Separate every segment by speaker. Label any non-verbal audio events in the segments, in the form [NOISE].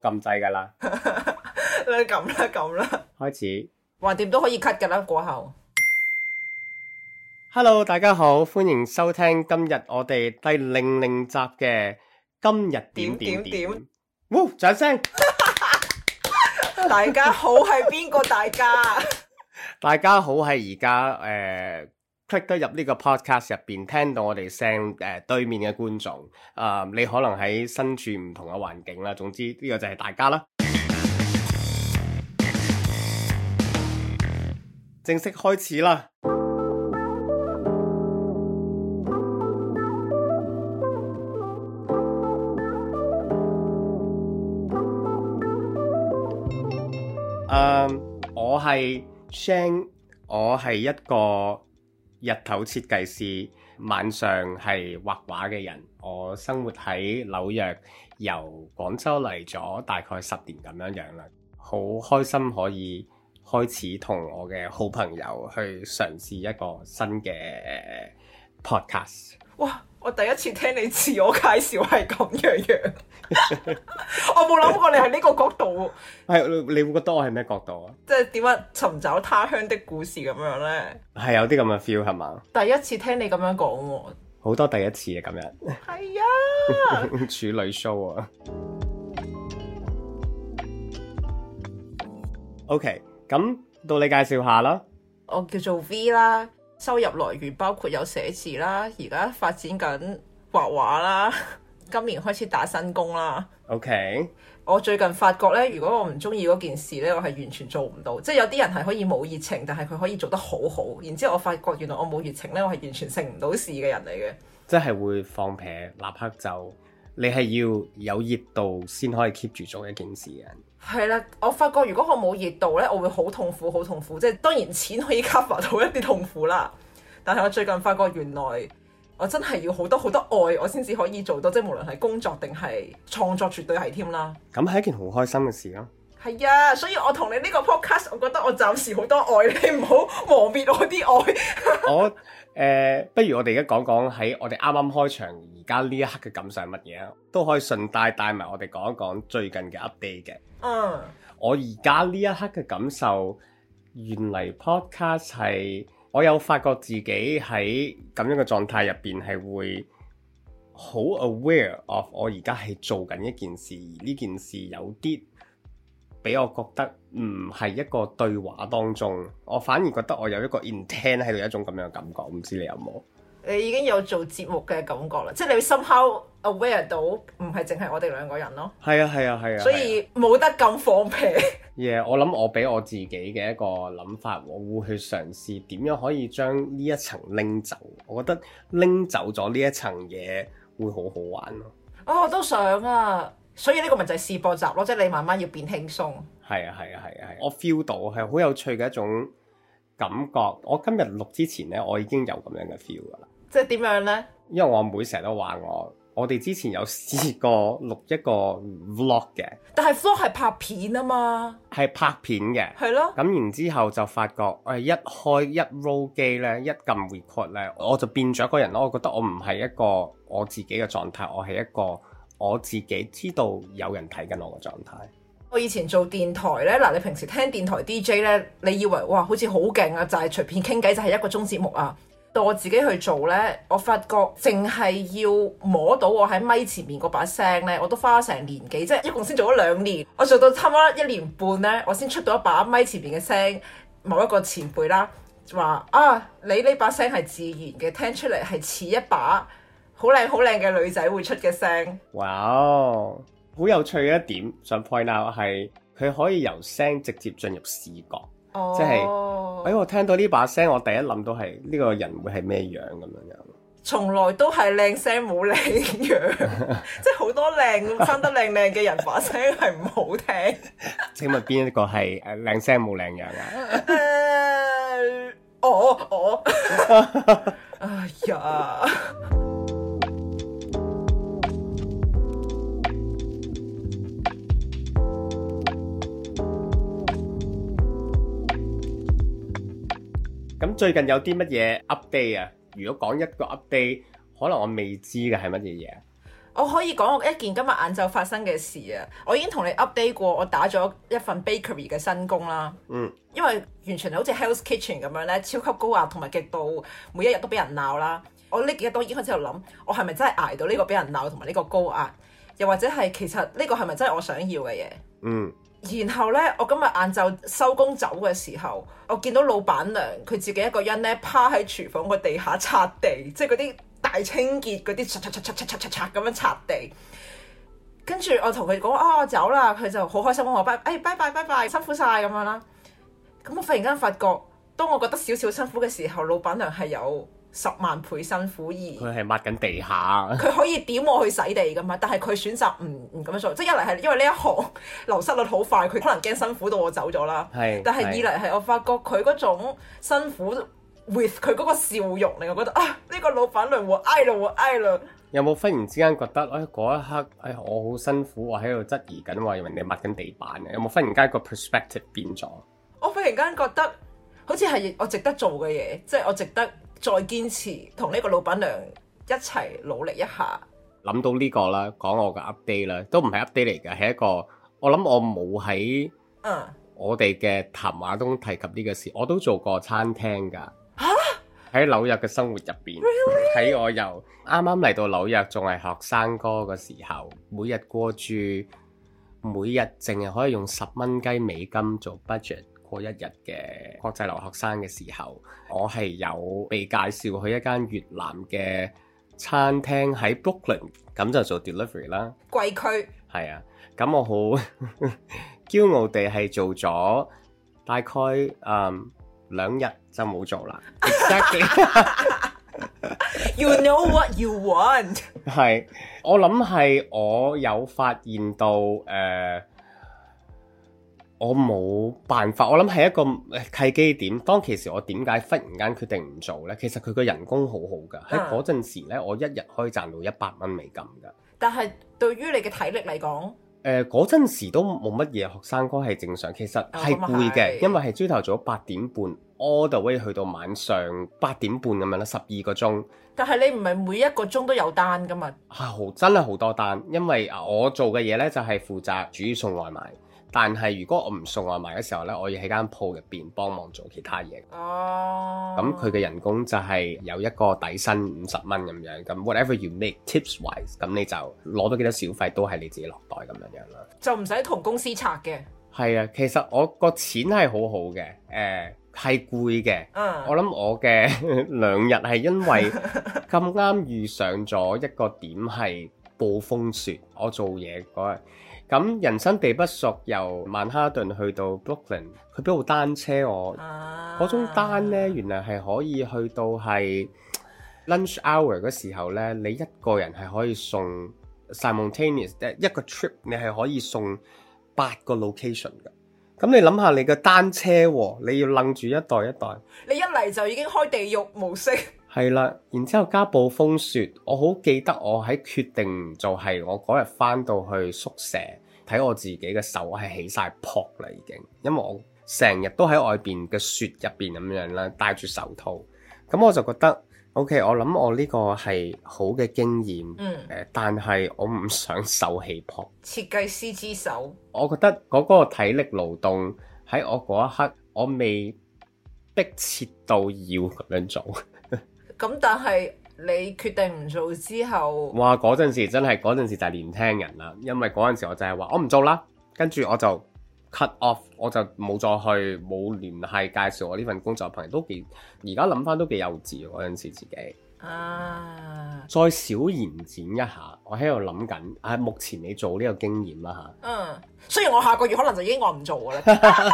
Speaker 1: 撳掣㗎啦，
Speaker 2: 你撳啦撳啦，
Speaker 1: 開始。
Speaker 2: 橫掂都可以 cut 㗎啦，過後
Speaker 1: Hello，大家好，歡迎收聽今日我哋第零零集嘅今日點點
Speaker 2: 點
Speaker 1: 點
Speaker 2: 點。
Speaker 1: 哇！掌聲！
Speaker 2: 大家好係邊個？大家 [LAUGHS]
Speaker 1: 大家好，係而家誒 click 得入呢個 podcast 入邊，聽到我哋聲誒對面嘅觀眾，啊、你可能喺身處唔同嘅環境啦，總之呢個就係大家啦。正式開始啦！誒、嗯我係 Shang，我係一個日頭設計師，晚上係畫畫嘅人。我生活喺紐約，由廣州嚟咗大概十年咁樣樣啦，好開心可以開始同我嘅好朋友去嘗試一個新嘅 podcast。
Speaker 2: 哇！我第一次聽你自我介紹係咁樣樣， [LAUGHS] 我冇諗過你係呢個角度，
Speaker 1: 係你你會覺得我係咩角度啊？
Speaker 2: 即係點樣尋找他鄉的故事咁樣呢？
Speaker 1: 係有啲咁嘅 feel 係嘛？
Speaker 2: 第一次聽你咁樣講
Speaker 1: 好多第一次啊，咁樣。
Speaker 2: 喎，係啊。
Speaker 1: [LAUGHS] 處女 show 啊。OK，咁到你介紹下啦。
Speaker 2: 我叫做 V 啦，收入來源包括有寫字啦，而家發展緊畫畫啦，今年開始打新工啦。
Speaker 1: OK，
Speaker 2: 我最近發覺咧，如果我唔中意嗰件事咧，我係完全做唔到。即係有啲人係可以冇熱情，但係佢可以做得好好。然之後我發覺原來我冇熱情咧，我係完全成唔到事嘅人嚟嘅。
Speaker 1: 即係會放屁，立刻就你係要有熱度先可以 keep 住做一件事嘅。
Speaker 2: 係啦，我發覺如果我冇熱度咧，我會好痛苦，好痛苦。即係當然錢可以 cover 到一啲痛苦啦，但係我最近發覺原來我真係要好多好 [LAUGHS] 多愛，我先至可以做到。即係無論係工作定係創作，絕對係添啦。
Speaker 1: 咁係一件好開心嘅事咯。 [LAUGHS]
Speaker 2: 係啊，所以我同你呢個 podcast，我覺得我暫時好多愛，你唔好磨滅我啲愛。
Speaker 1: 我誒、呃不如我哋而家講講喺我哋啱啱開場而家呢一刻嘅感想係乜嘢啊？都可以順帶帶埋我哋講一講最近嘅 update 嘅。
Speaker 2: 嗯，
Speaker 1: 我而家呢一刻嘅感受，原嚟 podcast 係我有發覺自己喺咁樣嘅狀態入邊係會好 aware of 我而家係做緊一件事，而呢件事有啲俾我覺得唔係一個對話當中，我反而覺得我有一個 intent 喺度一種咁樣嘅感覺，唔知你有冇？
Speaker 2: 你已經有做節目嘅感覺啦，即係你 somehow aware 到唔係淨係我哋兩個人咯，
Speaker 1: 係啊係啊係啊，
Speaker 2: 所以冇得咁放屁。 [LAUGHS]
Speaker 1: 嘢我諗我俾我自己嘅一個諗法，我會去嘗試點樣可以將呢一層拎走。我覺得拎走咗呢一層嘢會好好玩咯。
Speaker 2: 啊、我都想啊，所以呢個咪就係試播集咯，即係你慢慢要變輕鬆。
Speaker 1: 係啊，係啊，係啊，係啊，我 feel 到係好有趣嘅一種感覺。我今日錄之前呢，我已經有咁樣嘅 feel 㗎啦。
Speaker 2: 即係點樣呢？
Speaker 1: 因為我阿妹成日都話我，我哋之前有試過錄一個 vlog 嘅，
Speaker 2: 但係 vlog 係拍片啊嘛，
Speaker 1: 係拍片嘅。
Speaker 2: 係咯，
Speaker 1: 咁然之後就發覺，誒、一開一 roll 機咧，一撳 record 咧，我就變咗一個人咯。我覺得我唔係一個我自己嘅狀態，我係一個我自己知道有人睇緊我嘅狀態。
Speaker 2: 我以前做電台呢，嗱，你平時聽電台 DJ 呢，你以為哇好似好勁啊，就係、隨便傾偈就係一個鐘節目啊。到我自己去做呢，我發覺淨係要摸到我喺咪前面嗰把聲呢，我都花咗成年幾，即係一共先做咗兩年。我做到差唔多一年半呢，我先出到一把咪前面嘅聲。某一個前輩啦，話啊，你呢把聲係自然嘅，聽出嚟係似一把好靚好靚嘅女仔會出嘅聲。
Speaker 1: 哇、好有趣嘅一點，想 point out 係佢可以由聲直接進入視覺。
Speaker 2: 哦，
Speaker 1: 即係哎，我聽到呢把聲，我第一諗到係呢個人會係咩樣咁樣樣。
Speaker 2: 從來都係靚聲冇靚樣， [LAUGHS] 即係好多靚生得靚靚嘅人把聲係唔好聽。誒、
Speaker 1: 請問邊一個係誒靚聲冇靚樣啊？
Speaker 2: 我我，哦 [LAUGHS] 哎呀，
Speaker 1: 咁最近有啲乜嘢 update 啊？如果講一個 update，可能我未知嘅係乜嘢嘢啊？
Speaker 2: 我可以講我一件今日晏晝發生嘅事啊！我已經同你 update 過，我打咗一份 bakery 嘅新工啦。
Speaker 1: 嗯，
Speaker 2: 因為完全係好似 Hell's Kitchen 咁樣咧，超級高壓同埋極度，每一日都俾人鬧啦。我呢幾日都已經開始喺度諗，我係咪真係捱到呢個俾人鬧同埋呢個高壓？又或者係其實呢個係咪真係我想要嘅嘢？
Speaker 1: 嗯，
Speaker 2: 然後呢，我今日晏晝收工走嘅時候，我見到老闆娘佢自己一個人呢，趴喺廚房個地下擦地，即係嗰啲大清潔嗰啲刷刷刷刷刷刷刷刷咁樣擦地。跟住我同佢講啊，我走啦，佢就好開心咁話拜，誒拜拜拜拜，辛苦晒咁樣啦。咁我忽然間發覺，當我覺得少少辛苦嘅時候，老闆娘係有十萬倍辛苦而。
Speaker 1: 佢係抹緊地下，
Speaker 2: 佢可以點我去洗地噶嘛，但係佢選擇唔唔咁樣做，即係一嚟係因為呢一行流失率好快，佢可能驚辛苦到我走咗啦。
Speaker 1: [LAUGHS] 係
Speaker 2: 但係二嚟係我發覺佢嗰種辛苦 with 佢嗰個笑容令我覺得啊，呢、個老闆娘和哀啦和哀啦，
Speaker 1: 有冇忽然之間覺得，哎嗰一刻，哎我好辛苦，我喺度質疑緊話人哋抹緊地板嘅，有冇忽然間個 perspective 變咗？
Speaker 2: 我忽然間覺得好似係我值得做嘅嘢，即係我值得再堅持同呢個老闆娘一齊努力一下。啊
Speaker 1: 諗到呢個啦，講我個 update 啦，都唔係 update 嚟嘅，係一個我諗我冇喺
Speaker 2: 嗯，
Speaker 1: 我哋嘅談話中提及呢個事，我都做過餐廳㗎。喺紐約嘅生活入邊，喺我由啱啱嚟到紐約仲係學生哥嘅時候，每日過住每日淨係可以用十蚊雞美金做 budget 過一日嘅國際留學生嘅時候，我係有被介紹去一間越南嘅餐廳喺 Brooklyn，咁就做 delivery 啦。
Speaker 2: 貴區
Speaker 1: 係啊，咁我好 [LAUGHS] 驕傲地係做咗大概嗯兩日就冇做啦。Exactly
Speaker 2: ，You know what you want。
Speaker 1: 係，我諗係我有發現到誒、呃我冇辦法，我諗係一個呃契機點。當其時我點解忽然間決定唔做呢？其實佢個人工好好㗎，喺嗰陣時呢，我一日可以賺到一百蚊美金㗎。
Speaker 2: 但係對於你嘅體力嚟講，
Speaker 1: 誒呃嗰陣時都冇乜嘢，學生哥係正常，其實係
Speaker 2: 咁啊
Speaker 1: 攰嘅，
Speaker 2: 係
Speaker 1: 因為係朝頭早八點半 all the way 去到晚上八點半咁樣啦，十二個鐘
Speaker 2: 但係你唔係每一個鐘都有單噶嘛？
Speaker 1: 係好真係好多單，因為啊我做嘅嘢呢就係負責煮送外賣，但係如果我唔送外賣嘅時候呢，我要喺間鋪入邊幫忙做其他嘢。
Speaker 2: 哦，
Speaker 1: 咁佢嘅人工就係有一個底薪五十蚊咁樣，咁 whatever you make tips wise，咁你就攞到幾多小費都係你自己落袋咁樣樣啦。
Speaker 2: 就唔使同公司拆嘅，
Speaker 1: 係啊，其實我個錢係好好嘅，誒係攰嘅。
Speaker 2: 嗯，
Speaker 1: 我諗我嘅 [LAUGHS] 兩日係因為咁啱遇上咗一個點係暴風雪，我做嘢嗰日。咁人生地不熟，由曼哈頓去到 Brooklyn，佢俾部單車我，
Speaker 2: 啊
Speaker 1: 嗰種單呢，原來係可以去到係 lunch hour 嗰時候呢，你一個人係可以送 simultaneous，即係一個 trip 你係可以送八個 location 嘅。咁你諗下你個單車喎，你要楞住一袋一袋，
Speaker 2: 你一嚟就已經開地獄模式，
Speaker 1: 係啦，然之後加暴風雪，我好記得我喺決定唔做係我嗰日翻到去宿舍睇我自己嘅手係起晒泡啦已經，因為我成日都喺外邊嘅雪入邊咁樣啦，戴住手套，咁我就覺得 OK，我諗我呢個係好嘅經驗，誒、
Speaker 2: [LAUGHS] 嗯，
Speaker 1: 但係我唔想手起泡。
Speaker 2: 設計師之手，
Speaker 1: 我覺得嗰個體力勞動喺我嗰一刻，我未迫切到要咁樣做。
Speaker 2: 咁但係你決定唔做之後，
Speaker 1: 哇！嗰陣時真係嗰陣時就係年輕人啦，因為嗰陣時我就係話我唔做啦，跟住我就 cut off，我就冇再去冇聯繫介紹我呢份工作嘅朋友，都幾而家諗翻都幾幼稚喎嗰陣時自己。
Speaker 2: 啊，
Speaker 1: 再小延展一下，我喺度諗緊，啊目前你做呢個經驗啦嚇，
Speaker 2: 嗯，雖然我下個月可能就已經我唔做噶啦，
Speaker 1: [LAUGHS]
Speaker 2: [LAUGHS]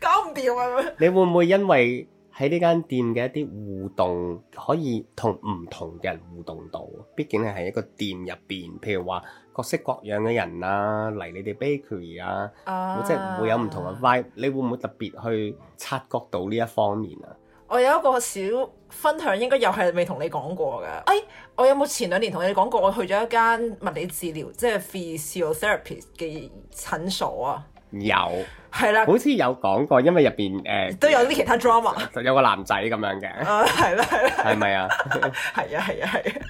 Speaker 2: 搞唔掂啊，
Speaker 1: 你會唔會因為喺呢間店嘅一啲互動，可以同唔同嘅人互動到？畢竟係一個店入邊，譬如話各式各樣嘅人啊，嚟你哋 bakery 啊。
Speaker 2: 啊
Speaker 1: 即係會有唔同嘅 vibe，你會唔會特別去察覺到呢一方面啊？
Speaker 2: 我有一個小分享，應該又係未同你講過嘅。哎，我有冇前兩年同你講過，我去咗一間物理治療，即係 physiotherapy 嘅診所啊？
Speaker 1: 有，
Speaker 2: 係啦，
Speaker 1: 好似有講過，因為入邊
Speaker 2: 都
Speaker 1: 誒
Speaker 2: 有啲其他 drama。
Speaker 1: 有個男仔咁樣嘅，
Speaker 2: 啊，係啦，係啦，
Speaker 1: 係咪啊？
Speaker 2: 係啊，係啊，係啊。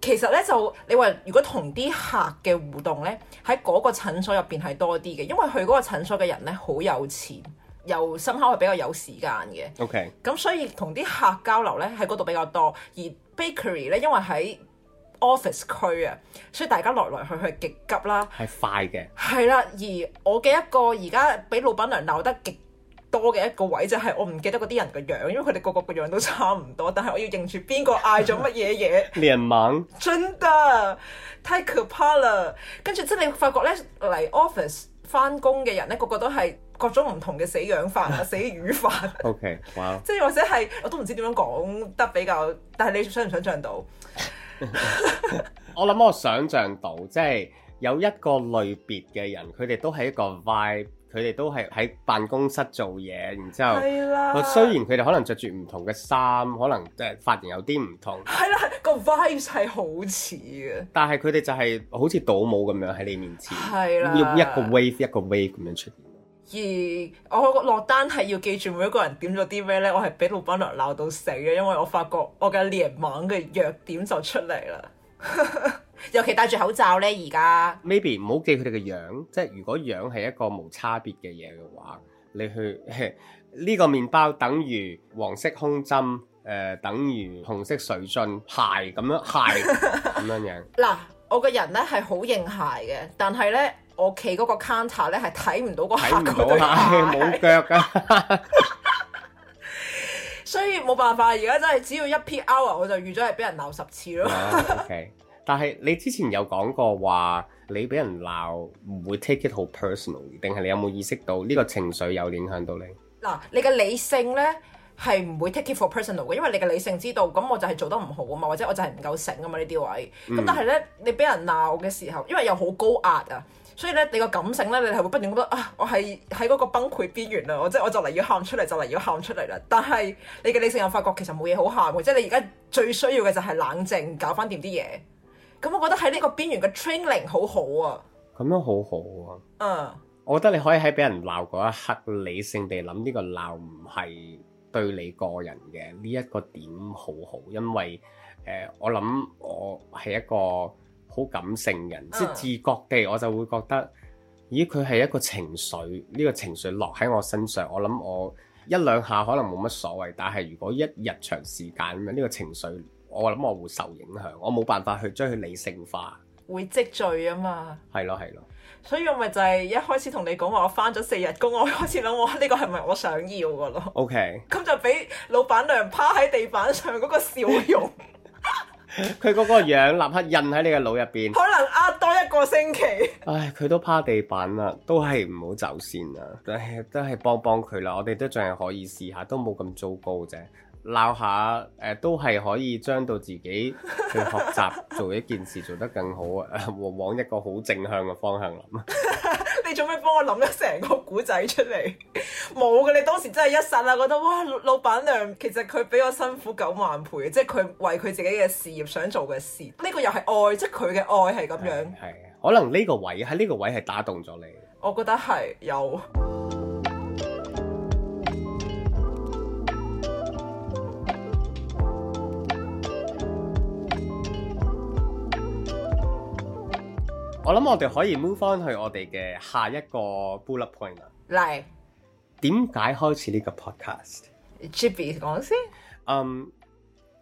Speaker 2: 其實咧就你話，如果同啲客嘅互動咧，喺嗰個診所入邊係多啲嘅，因為去嗰個診所嘅人咧好有錢，又深刻係比較有時間嘅，
Speaker 1: OK，
Speaker 2: 咁所以同啲客交流咧喺嗰度比較多。而 bakery 咧，因為喺 office 區啊，所以大家來來去去極急啦。
Speaker 1: 係快嘅，
Speaker 2: 係啦，而我嘅一個而家俾老闆娘鬧得極多嘅一個位就係我唔記得嗰啲人嘅樣，因為佢哋個個個樣都差唔多，但係我要認住邊個嗌咗乜嘢嘢。
Speaker 1: [LAUGHS] 連忙
Speaker 2: 真的太可怕啦！跟住即係你發覺咧嚟 office 翻工嘅人咧，個個都係各種唔同嘅死樣法啊、死語法，
Speaker 1: OK，哇，
Speaker 2: 即係或者係我都唔知點樣講得比較，但係你想唔想像到？
Speaker 1: 我諗我想像到，即係有一個類別嘅人，佢哋都係一個 vibe，佢哋都係喺辦公室做嘢，然之後。
Speaker 2: 係啊啦，
Speaker 1: 哦我雖然佢哋可能着住唔同嘅衫，可能即係髮型有啲唔同，
Speaker 2: 係啦，個 vibes 係好似嘅，
Speaker 1: 但係佢哋就係好似倒模咁樣喺你面前，
Speaker 2: 係啦，
Speaker 1: 要一個 wave 一個 wave 咁樣出現。
Speaker 2: 而我落單係要記住每一個人點咗啲咩咧，我係俾老闆娘鬧到死嘅，因為我發覺我嘅臉盲嘅弱點就出嚟啦。 [LAUGHS] 尤其戴住口罩咧，而家
Speaker 1: Maybe 唔好記佢哋嘅樣，即係如果樣係一個無差別嘅嘢嘅話，你去 [LAUGHS] 呢個麵包等於黃色空針，誒、呃、等於紅色水樽鞋咁樣
Speaker 2: [LAUGHS]
Speaker 1: 鞋咁樣樣。
Speaker 2: 嗱，我個人咧係好認鞋嘅，但係咧我企嗰個 counter 咧係睇唔到個
Speaker 1: 睇
Speaker 2: 客
Speaker 1: 唔
Speaker 2: 嗰
Speaker 1: 到
Speaker 2: 對
Speaker 1: 啊，
Speaker 2: 鞋，
Speaker 1: 冇腳啊
Speaker 2: [LAUGHS]
Speaker 1: 噶，
Speaker 2: 所以冇辦法。而家真係只要一 p hour 我就預咗係俾人鬧十次咯。
Speaker 1: 哦 OK，但係你之前有講過話，你俾人鬧唔會 take it 好 personal，定係你有冇意識到呢個情緒有影響到你？
Speaker 2: [LAUGHS] 嗱，你嘅理性咧係唔會 take it for personal 嘅，因為你嘅理性知道，咁我就係做得唔好啊嘛，或者我就係唔夠醒啊嘛呢啲位。咁、但係咧，你俾人鬧嘅時候，因為又好高壓啊，所以咧你個感性咧，你係會不斷咁覺得啊，我係喺嗰個崩潰邊緣啊啦，我即係我就嚟要喊出嚟，就嚟要喊出嚟啦。但係你嘅理性又發覺其實冇嘢好喊嘅，即係你而家最需要嘅就係冷靜，搞翻掂啲嘢。咁我覺得喺呢個邊緣嘅 training 好好啊，
Speaker 1: 咁樣好好啊！
Speaker 2: 嗯。
Speaker 1: 我覺得你可以喺俾人鬧嗰一刻，理性地諗呢個鬧唔係對你個人嘅呢一個點好好，因為誒、呃我諗我係一個好感性人，即係
Speaker 2: 嗯
Speaker 1: 自覺地我就會覺得，咦佢係一個情緒，呢、個情緒落喺我身上，我諗我一兩下可能冇乜所謂，但係如果一日長時間咁樣，呢、個情緒我諗我會受影響，我冇辦法去將佢理性化，
Speaker 2: 會積聚啊嘛，
Speaker 1: 係咯係咯。
Speaker 2: 所以我咪就係一開始同你講話，我翻咗四日工，我開始諗我呢個係咪我想要嘅咯？
Speaker 1: OK，
Speaker 2: 咁就俾老闆娘趴喺地板上嗰個笑容，
Speaker 1: 佢嗰個樣立刻印喺你嘅腦入邊。
Speaker 2: 可能呃多一個星期。
Speaker 1: 唉，佢都趴地板啦，都係唔好走先啦，唉，都係幫幫佢啦。我哋都仲係可以試下，都冇咁糟糕啫。鬧下誒、呃都係可以將到自己 [LAUGHS] 去學習做一件事做得更好啊， [LAUGHS] 往往一個好正向嘅方向諗。
Speaker 2: 你做咩幫我諗咗成個古仔出嚟？冇嘅，你當時真係一剎那覺得哇，老老闆娘其實佢比我辛苦九萬倍，即係佢為佢自己嘅事業想做嘅事，呢、個又係愛，即係佢嘅愛係咁樣。
Speaker 1: 係，啊可能呢個位喺呢個位係打動咗你。
Speaker 2: 我覺得係有。
Speaker 1: 我諗我哋可以 move on 去我哋嘅下一個 bullet point 啦。
Speaker 2: 嚟
Speaker 1: 點解開始呢個 podcast？
Speaker 2: ，Gibby 講先。
Speaker 1: 嗯，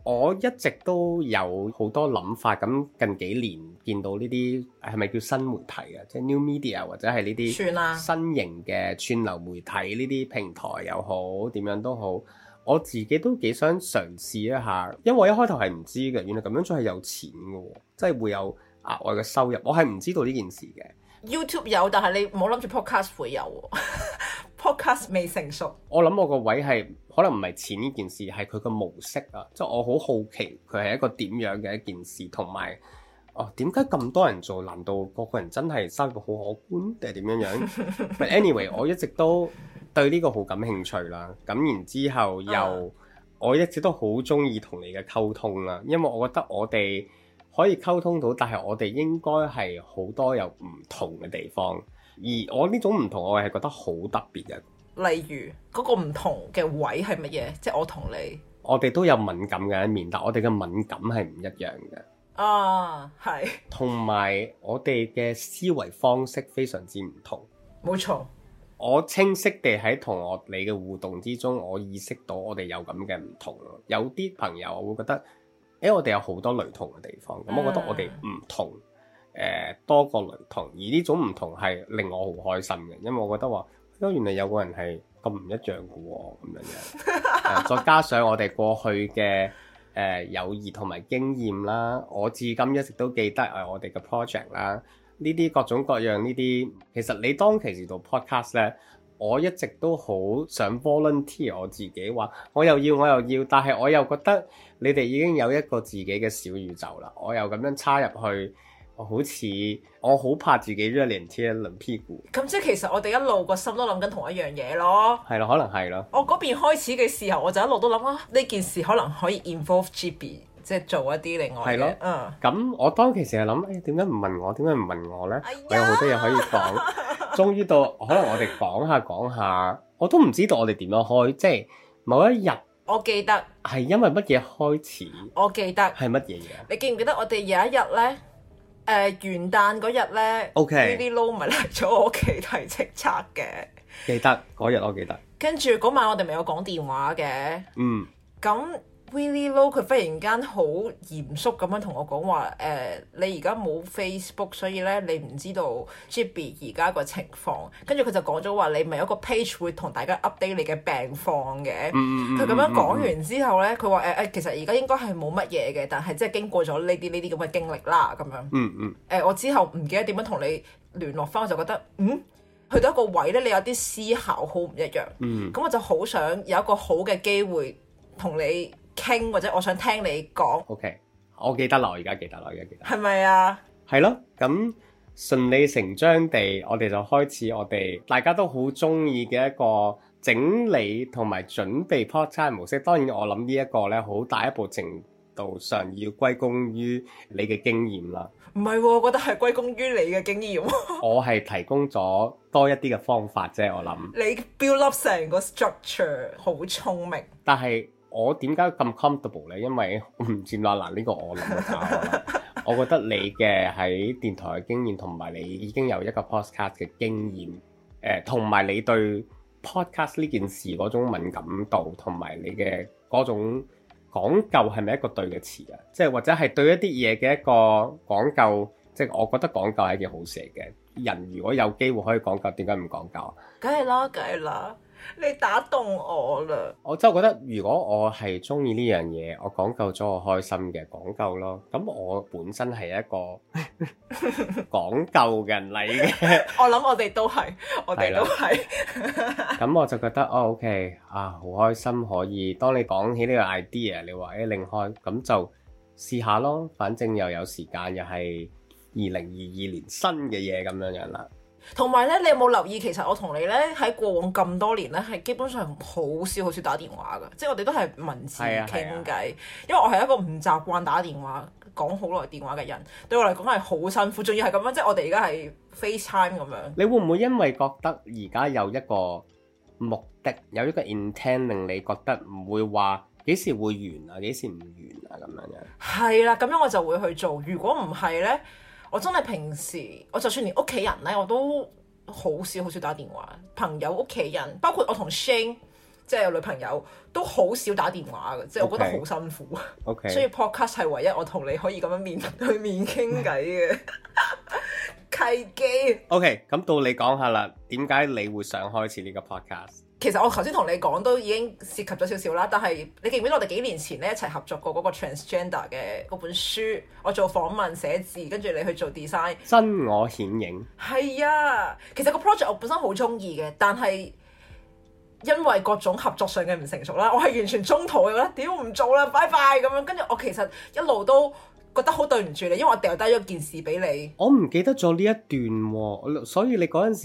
Speaker 1: 我一直都有好多諗法，咁近幾年見到呢啲係咪叫新媒體啊？即係 new media 或者係呢啲
Speaker 2: 算啦
Speaker 1: 新型嘅串流媒體呢啲平台又好，點樣都好，我自己都幾想嘗試一下，因為我一開頭係唔知嘅，原來咁樣做係有錢嘅喎，即係會有額外嘅收入，我係唔知道呢件事嘅。
Speaker 2: YouTube 有，但係你唔好諗住 podcast 會有喎 [LAUGHS] podcast 未成熟。
Speaker 1: 我諗我個位係可能唔係錢呢件事，係佢個模式啊，即係我好好奇佢係一個點樣嘅一件事，同埋哦點解咁多人做？難道個個人真係收入好可觀定係點樣樣？But anyway，我一直都對呢個好感興趣啦。咁然之後又、
Speaker 2: 啊
Speaker 1: 我一直都好中意同你嘅溝通啦，因為我覺得我哋可以溝通到，但係我哋應該係好多有唔同嘅地方，而我呢種唔同，我係覺得好特別嘅。
Speaker 2: 例如嗰、個唔同嘅位係乜嘢？即係我同你
Speaker 1: 我哋都有敏感嘅一面，但我哋嘅敏感係唔一樣嘅。
Speaker 2: 啊，係
Speaker 1: 同埋我哋嘅思維方式非常之唔同。
Speaker 2: 冇錯，
Speaker 1: 我清晰地喺同我你嘅互動之中，我意識到我哋有咁嘅唔同咯。有啲朋友我會覺得，誒、我哋有好多雷同嘅地方，咁我覺得我哋唔同，誒、多過雷同，而呢種唔同係令我好開心嘅，因為我覺得話，因原來有個人係咁唔一樣嘅喎，咁樣樣。誒再加上我哋過去嘅誒、友誼同埋經驗啦，我至今一直都記得誒我哋嘅 project 啦。呢啲各種各樣呢啲，其實你當其時做 podcast 咧，我一直都好想 volunteer 我自己話，我又要我又要，但係我又覺得你哋已經有一個自己嘅小宇宙啦，我又咁樣插入去，我好似我好怕自己一連貼一輪屁股，
Speaker 2: 咁即係其實我哋一路個心都諗緊同一樣嘢咯。
Speaker 1: 係咯，可能係咯，
Speaker 2: 我嗰邊開始嘅時候，我就一路都諗啊，呢件事可能可以 involve GB，即係做一啲另外
Speaker 1: 係咯
Speaker 2: 嘅，嗯。
Speaker 1: 咁我當其時係諗，誒點解唔問我？點解唔問我咧？
Speaker 2: 哎呀
Speaker 1: 我有好多嘢可以
Speaker 2: [LAUGHS]
Speaker 1: 講。終於到可能我哋講下講下，我都唔知道我哋點樣開，即係某一日
Speaker 2: 我記得，
Speaker 1: 係因為乜嘢開始，
Speaker 2: 我記得，
Speaker 1: 係乜嘢嘢
Speaker 2: 你記唔記得我哋有一日呢？誒、元旦嗰日呢
Speaker 1: OK
Speaker 2: 呢啲撈咪嚟咗我屋企睇叱咤嘅，
Speaker 1: 記得嗰日我記得，
Speaker 2: 跟住嗰晚我哋咪有講電話嘅，
Speaker 1: 嗯，
Speaker 2: 咁 Willie Low 佢忽然間好嚴肅咁樣同我講話誒，你而家冇 Facebook，所以咧你唔知道 Jibby 而家個情況。跟住佢就講咗話，你咪有一個 page 會同大家 update 你嘅病況嘅。
Speaker 1: 嗯嗯嗯
Speaker 2: 佢咁樣講完之後咧，佢話誒誒，其實而家應該係冇乜嘢嘅，但係即係經過咗呢啲呢啲咁嘅經歷啦，咁樣。
Speaker 1: 嗯嗯，
Speaker 2: 誒、我之後唔記得點樣同你聯絡翻，我就覺得嗯，去到一個位咧，你有啲思考好唔一樣。
Speaker 1: 嗯
Speaker 2: 咁我就好想有一個好嘅機會同你傾，或者我想聽你講，
Speaker 1: OK，我記得啦，我而家記得啦，我而家記得，
Speaker 2: 係咪啊？
Speaker 1: 係咯，咁順理成章地，我哋就開始我哋大家都好中意嘅一個整理同埋準備 podcast 模式。當然，我諗呢一個咧，好大一部程度上要歸功於你嘅經驗
Speaker 2: [LAUGHS]
Speaker 1: 啦。
Speaker 2: 唔係喎，我覺得係歸功於你嘅經驗，
Speaker 1: 我係提供咗多一啲嘅方法啫，我諗。
Speaker 2: [LAUGHS] 你 build up 成個 structure 好聰明。
Speaker 1: 但係我點解咁 comfortable 咧？因為 [LAUGHS] 我唔佔啦，嗱呢個我諗嘅答案啦。我覺得你嘅喺電台嘅經驗，同埋你已經有一個 podcast 嘅經驗，誒、同埋你對 podcast 呢件事嗰種敏感度，同埋你嘅嗰種講究係咪一個對嘅詞啊？即係或者係對一啲嘢嘅一個講究，即係我覺得講究係一件好事嚟嘅。人如果有機會可以講究，點解唔講究啊？
Speaker 2: 梗係啦，梗係啦，你打動我啦。
Speaker 1: 我真係覺得，如果我係中意呢樣嘢，我講究咗我開心嘅講究咯。咁我本身係一個講究嘅人嚟嘅，
Speaker 2: 我諗我哋都係，我
Speaker 1: 係
Speaker 2: 哋
Speaker 1: 啦
Speaker 2: 都係。
Speaker 1: 咁我就覺得哦，OK 啊，好開心可以。當你講起呢個 idea，你話誒另開，咁就試下咯。反正又有時間，又係二零二二年新嘅嘢咁樣樣啦。
Speaker 2: 同埋咧，你有冇留意？其實我同你咧喺過往咁多年咧，係基本上好少好少打電話㗎，即係我哋都係文字
Speaker 1: 係啊係
Speaker 2: 傾
Speaker 1: 啊
Speaker 2: 偈。因為我係一個唔習慣打電話講好耐電話嘅人，對我嚟講係好辛苦，仲要係咁樣，即係我哋而家係 FaceTime 咁樣。
Speaker 1: 你會唔會因為覺得而家有一個目的，有一個 intent 令你覺得唔會話幾時會完啊，幾時唔完啊咁樣樣？
Speaker 2: 係啦，咁樣我就會去做。如果唔係咧，我真係平時我就算連屋企人咧，我都好少好少打電話。朋友、屋企人，包括我同 Shane 即係有女朋友，都好少打電話嘅，即係我覺得
Speaker 1: OK
Speaker 2: 好辛苦。
Speaker 1: O K，
Speaker 2: 所以 podcast 係唯一我同你可以咁樣面 [LAUGHS] 對面傾偈嘅契機。
Speaker 1: O K，咁到你講下啦，點解你會想開始呢個 podcast？
Speaker 2: 其實我頭先同你講都已經涉及咗少少啦，但係你記唔記得我哋幾年前咧一齊合作過嗰個 transgender 嘅嗰本書，我做訪問寫字，跟住你去做 design。
Speaker 1: 真我顯影，
Speaker 2: 係啊，其實個 project 我本身好中意嘅，但係因為各種合作上嘅唔成熟啦， [LAUGHS] 我係完全中途嘅覺得屌唔做啦，拜拜咁樣。跟住我其實一路都覺得好對唔住你，因為我掉低咗件事俾你。
Speaker 1: 我唔記得咗呢一段喎、所以你嗰陣時，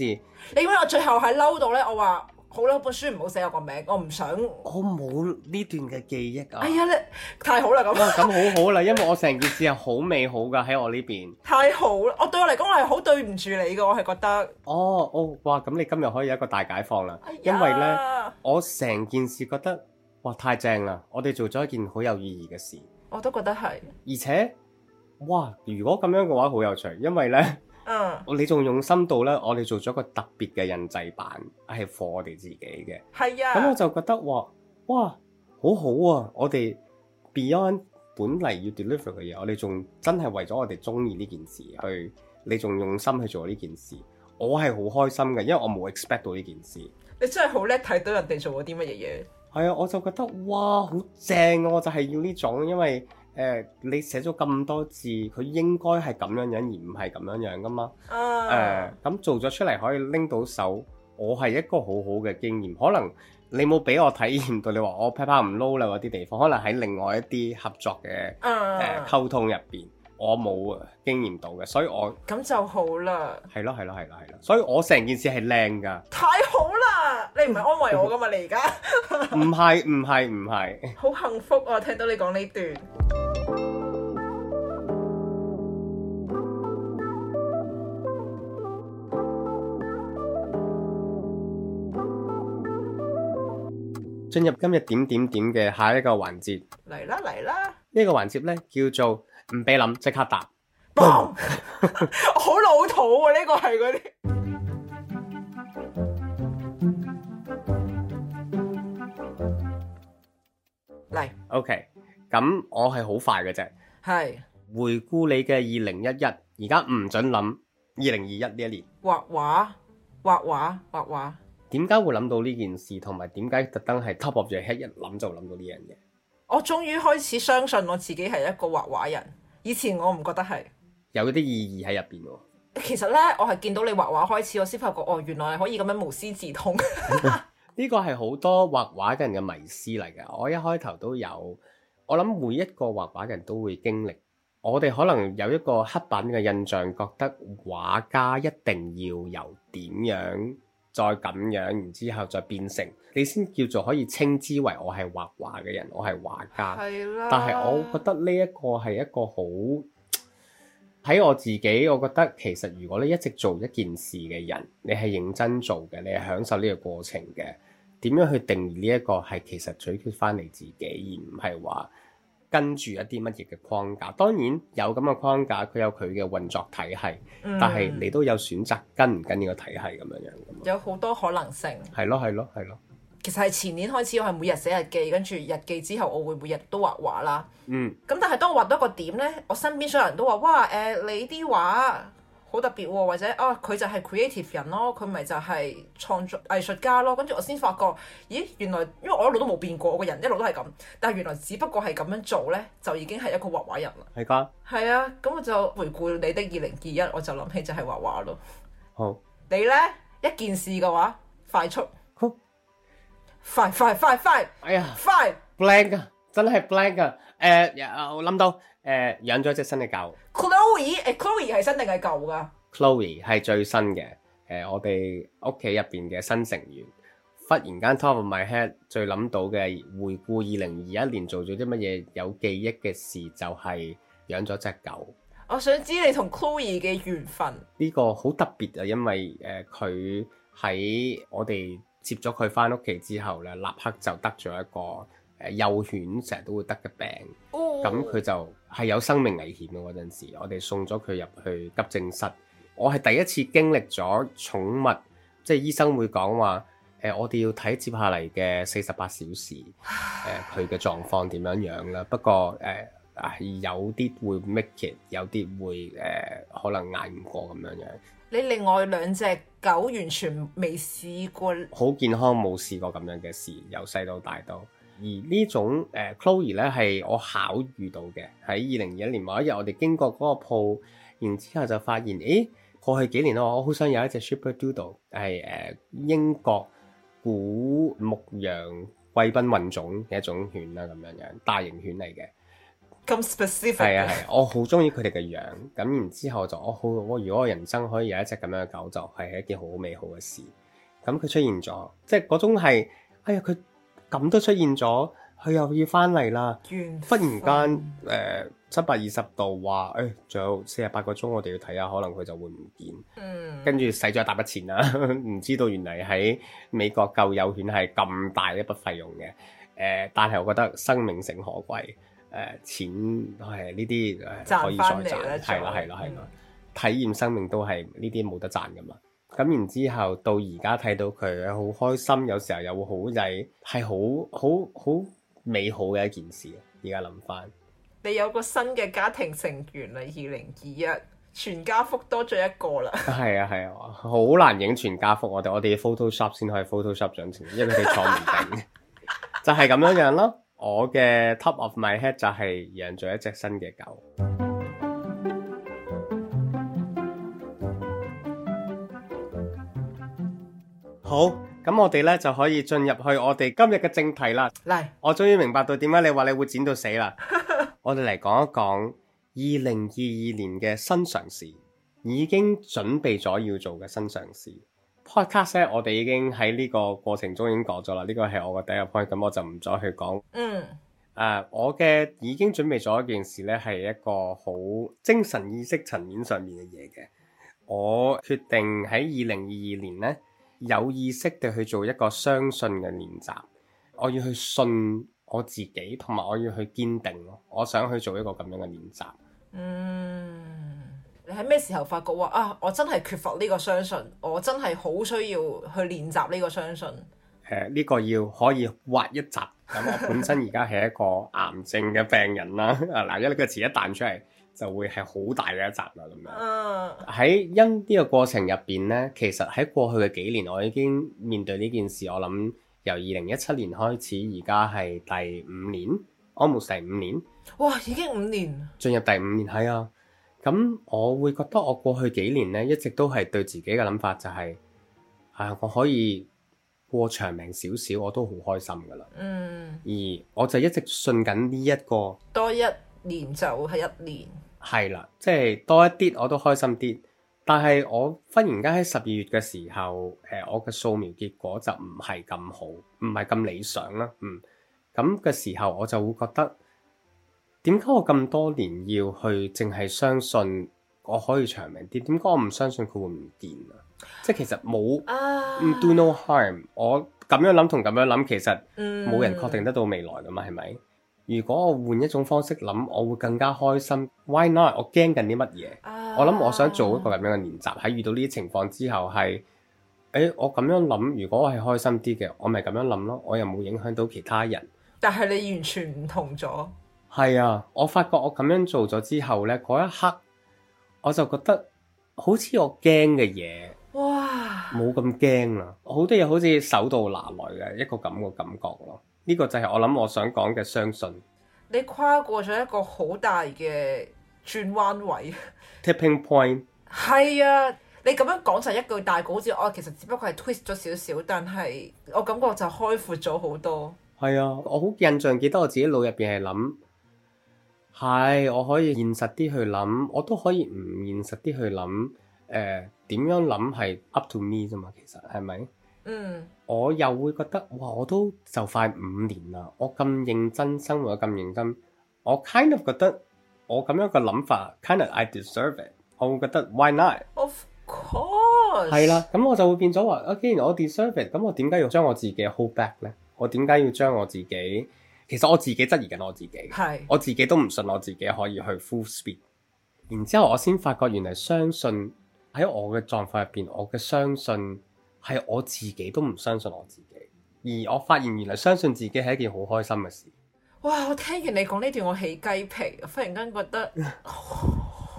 Speaker 2: 你因為我最後喺嬲到咧，我話好啦，本書唔好寫我個名，我唔想。
Speaker 1: 我冇呢段嘅記憶啊。
Speaker 2: 哎呀，你太好啦
Speaker 1: 哇， [LAUGHS]
Speaker 2: 咁，
Speaker 1: 咁好好啦，因為我成件事係好美好噶喺我呢邊。
Speaker 2: 太好啦！我對我嚟講，我係好對唔住你嘅，我係覺得。
Speaker 1: 哦，哦，哇，咁你今日可以有一個大解放啦，
Speaker 2: 哎呀
Speaker 1: 因為呢。我成件事覺得哇太正啦！我哋做咗一件好有意義嘅事，
Speaker 2: 我都覺得係
Speaker 1: 而且哇！如果咁樣嘅話，好有趣，因為咧，
Speaker 2: 嗯，
Speaker 1: [LAUGHS] 我你仲用心到咧，我哋做咗一個特別嘅印製版，係 for 我哋自己嘅。
Speaker 2: 係
Speaker 1: 咁我
Speaker 2: 啊，
Speaker 1: 就覺得哇哇好好啊！我哋 Beyond 本嚟要 deliver 嘅嘢，我哋仲真係為咗我哋中意呢件事去，你仲用心去做呢件事，我係好開心嘅，因為我冇 expect 到呢件事。
Speaker 2: 你真係好叻睇到人哋做過啲乜嘢嘢。
Speaker 1: 係啊，我就覺得哇好正啊！我就係要呢種，因為誒、呃你寫咗咁多字，佢應該係咁樣樣，而唔係咁樣樣噶嘛。誒咁、
Speaker 2: 啊，
Speaker 1: 做咗出嚟可以拎到手，我係一個好好嘅經驗。可能你冇俾我體驗到，你話我 p a 唔撈啦嗰啲地方，可能喺另外一啲合作嘅誒
Speaker 2: 啊，
Speaker 1: 溝通入邊，我冇啊經驗到嘅，所以我
Speaker 2: 咁就好啦，
Speaker 1: 係咯係咯係咯係咯，所以我成件事係靚㗎，
Speaker 2: 太好啦！你唔係安慰我噶嘛？你而家
Speaker 1: 唔係唔係唔係，
Speaker 2: 好幸福啊！聽到你講呢段。
Speaker 1: 進入今日點點點嘅下一個環節，
Speaker 2: 嚟啦嚟啦
Speaker 1: 呢、個環節呢，叫做唔俾諗即刻答。
Speaker 2: ，boom！好老土啊，呢個係嗰啲嚟
Speaker 1: OK，咁我係好快嘅啫。
Speaker 2: 係
Speaker 1: 回顧你嘅二零一一，而家唔准諗二零二一呢一年，
Speaker 2: 畫畫畫畫畫畫，
Speaker 1: 點解會諗到呢件事，同埋點解特登係 top of your head 一諗就諗到呢樣嘢？
Speaker 2: 我終於開始相信我自己係一個畫畫人。以前我唔覺得係，
Speaker 1: 有一啲意義喺入邊喎。
Speaker 2: 其實呢，我係見到你畫畫開始，我先發覺哦，原來係可以咁樣無師自通。
Speaker 1: 呢個係好多畫畫嘅人嘅迷思嚟嘅。我一開頭都有，我諗每一個畫畫嘅人都會經歷。我哋可能有一個刻板嘅印象，覺得畫家一定要由點樣再咁樣，然之後再變成你先叫做可以稱之為我係畫畫嘅人，我係畫家。
Speaker 2: 係啦
Speaker 1: 但係我覺得呢一個係一個好喺我自己，我覺得其實如果你一直做一件事嘅人，你係認真做嘅，你係享受呢個過程嘅，點樣去定義呢一個係其實取決翻你自己，而唔係話跟住一啲乜嘢嘅框架。當然有咁嘅框架，佢有佢嘅運作體系，
Speaker 2: 嗯
Speaker 1: 但係你都有選擇跟唔跟呢個體系咁樣樣㗎嘛。
Speaker 2: 有好多可能性。
Speaker 1: 係咯，係咯，係咯，
Speaker 2: 其實係前年開始，我係每日寫日記，跟住日記之後，我會每日都畫畫啦。
Speaker 1: 嗯，
Speaker 2: 咁但係當我畫到一個點呢，我身邊所有人都話：哇誒、你啲畫好特別喎、或者啊，佢就係 creative 人咯，佢咪就係創作藝術家咯。跟住我先發覺，咦，原來因為我一路都冇變過，我個人一路都係咁，但係原來只不過係咁樣做呢，就已經係一個畫畫人啦。
Speaker 1: 係㗎，
Speaker 2: 係啊，咁我就回顧你的二零二一，我就諗起就係畫畫咯。
Speaker 1: 好。
Speaker 2: 你呢，一件事嘅話，快速，
Speaker 1: 好
Speaker 2: 快快快快
Speaker 1: 哎呀！
Speaker 2: 快！
Speaker 1: blank 啊，真係 blank 啊！誒、呃，我諗到誒、呃，養咗一隻新嘅狗
Speaker 2: Chloe，誒、Chloe 係新定係舊㗎？
Speaker 1: ，Chloe 係最新嘅。誒、我哋屋企入邊嘅新成員，忽然間 top of my head 最諗到嘅回顧二零二一年做咗啲乜嘢有記憶嘅事，就係養咗隻狗。
Speaker 2: 我想知你同 Chloe 嘅緣分。
Speaker 1: 呢個好特別啊，因為誒佢喺我哋接咗佢翻屋企之後咧，立刻就得咗一個誒、呃、幼犬成日都會得嘅病。咁佢就係有生命危險嘅嗰陣時，我哋送咗佢入去急症室。我係第一次經歷咗寵物，即係醫生會講話誒，我哋要睇接下嚟嘅四十八小時誒佢嘅狀況點樣樣啦。不過誒啊、有啲會 make it，有啲會誒、可能捱唔過咁樣樣，
Speaker 2: 你另外兩隻狗完全未試過，
Speaker 1: 好健康冇試過咁樣嘅事，由細到大都。而呢種誒、呃 Chloe 咧係我巧遇到嘅，喺二零二一年某一日，我哋經過嗰個鋪，然之後就發現，誒過去幾年啊咯，我好想有一隻 Super Doodle 係誒、呃英國古牧羊貴賓混種嘅一種犬啦，咁樣樣大型犬嚟嘅。
Speaker 2: 咁 specific
Speaker 1: 係啊
Speaker 2: 嘅
Speaker 1: 係啊，我好中意佢哋嘅樣，咁然之後就我好，我如果我人生可以有一隻咁樣嘅狗，就係一件好美好嘅事。咁佢出現咗，即係嗰種係，哎呀佢咁都出現咗，佢又要翻嚟啦。
Speaker 2: 緣
Speaker 1: 忽
Speaker 2: 分
Speaker 1: 然間誒七百二十度話，誒仲有四十八個鐘，我哋要睇下，可能佢就會唔見。
Speaker 2: 嗯，
Speaker 1: 跟住使咗一大筆錢啦，唔知道原嚟喺美國呃救幼犬係咁大一筆費用嘅。誒、但係我覺得生命誠可貴。誒錢係呢啲誒
Speaker 2: 賺
Speaker 1: 可以
Speaker 2: 返嚟
Speaker 1: 再
Speaker 2: 咧
Speaker 1: 賺，係啦
Speaker 2: 再
Speaker 1: 係啦係啦
Speaker 2: 嗯，
Speaker 1: 體驗生命都係呢啲冇得賺噶嘛。咁然之後到而家睇到佢好開心，有時候又會好曳，係好好好美好嘅一件事。啊而家諗翻，
Speaker 2: 你有個新嘅家庭成員啦，二零二一，全家福多咗一個啦。
Speaker 1: 係啊係啊，好難影全家福，我哋我哋要 Photoshop 先可以 Photoshop 上前，因為佢哋坐唔定， [LAUGHS] 就係咁樣樣咯。我嘅 top of my head 就係養咗一隻新嘅狗。好，咁我哋咧就可以進入去我哋今日嘅正題啦。
Speaker 2: 嚟，
Speaker 1: 我終於明白到點解你話你會剪到死啦。我哋嚟講一講二零二二年嘅新嘗試，已經準備咗要做嘅新嘗試。podcast 咧，我哋已經喺呢個過程中已經講咗啦。呢個係我嘅第一個 point，咁我就唔再去講。
Speaker 2: 嗯，
Speaker 1: 誒、啊我嘅已經準備咗一件事咧，係一個好精神意識層面上面嘅嘢嘅。我決定喺二零二二年咧，有意識地去做一個相信嘅練習。我要去信我自己，同埋我要去堅定咯。我想去做一個咁樣嘅練習。
Speaker 2: 嗯，你喺咩時候發覺話啊？我真係缺乏呢個相信，我真係好需要去練習呢個相信。
Speaker 1: 誒、呢、個要可以挖一集。咁我本身而家係一個癌症嘅病人啦， [LAUGHS] 啊嗱，一呢個詞一彈出嚟就會係好大嘅一集啦咁樣。
Speaker 2: 嗯，
Speaker 1: 喺因呢個過程入邊呢，其實喺過去嘅幾年，我已經面對呢件事。我諗由二零一七年開始，而家係第五年，almost 第五年，
Speaker 2: 哇，已經五年，
Speaker 1: 進入第五年，係啊。咁我會覺得我過去幾年呢，一直都係對自己嘅諗法就係、啊，我可以過長命少少，我都好開心噶啦。
Speaker 2: 嗯，
Speaker 1: 而我就一直信緊呢一個
Speaker 2: 多一年就係一年。
Speaker 1: 係啦，即係多一啲我都開心啲。但係我忽然間喺十二月嘅時候，誒、我嘅掃描結果就唔係咁好，唔係咁理想啦。嗯，咁嘅時候我就會覺得，點解我咁多年要去淨係相信我可以長命啲？點解我唔相信佢會唔見啊？即係其實冇唔
Speaker 2: 啊，
Speaker 1: do no harm。我咁樣諗同咁樣諗，其實
Speaker 2: 冇
Speaker 1: 冇人確定得到未來噶嘛，係咪？如果我換一種方式諗，我會更加開心。Why not？我驚緊啲乜嘢？
Speaker 2: 啊
Speaker 1: 我諗我想做一個咁樣嘅練習，喺遇到呢啲情況之後係，誒、我咁樣諗，如果我係開心啲嘅，我咪咁樣諗咯，我又冇影響到其他人。
Speaker 2: 但係你完全唔同咗。
Speaker 1: 係啊，我發覺我咁樣做咗之後呢，嗰一刻我就覺得好似我驚嘅嘢
Speaker 2: 哇！
Speaker 1: 冇咁驚啦，好多嘢好似手到拿來嘅一個咁嘅感覺咯。呢、個就係我諗我想講嘅相信。
Speaker 2: 你跨過咗一個好大嘅轉彎位。
Speaker 1: tipping point
Speaker 2: 係啊，你咁樣講就一句大稿字，我其實只不過係 twist 咗少少，但係我感覺就開闊咗好多。
Speaker 1: 係啊，我好印象記得我自己腦入邊係諗，係我可以現實啲去諗，我都可以唔現實啲去諗。誒、點樣諗係 up to me 啫嘛，其實係咪？
Speaker 2: 嗯，
Speaker 1: 我又會覺得哇，我都就快五年啦，我咁認真生活，咁認真，我 kind of 覺得我咁樣嘅諗法，kind of I deserve it。我會覺得 why not？
Speaker 2: of course。
Speaker 1: 係啦，咁我就會變咗話，啊，既然我 deserve it，咁我點解要將我自己 hold back 呢？我點解要將我自己？其實我自己質疑緊我自己，
Speaker 2: 係，
Speaker 1: 我自己都唔信我自己可以去 full speed。然之後我先發覺，原來相信喺我嘅狀況入邊，我嘅相信係我自己都唔相信我自己。而我發現原來相信自己係一件好開心嘅事。
Speaker 2: 哇！我聽完你講呢段，我起雞皮，忽然間覺
Speaker 1: [LAUGHS]
Speaker 2: 得，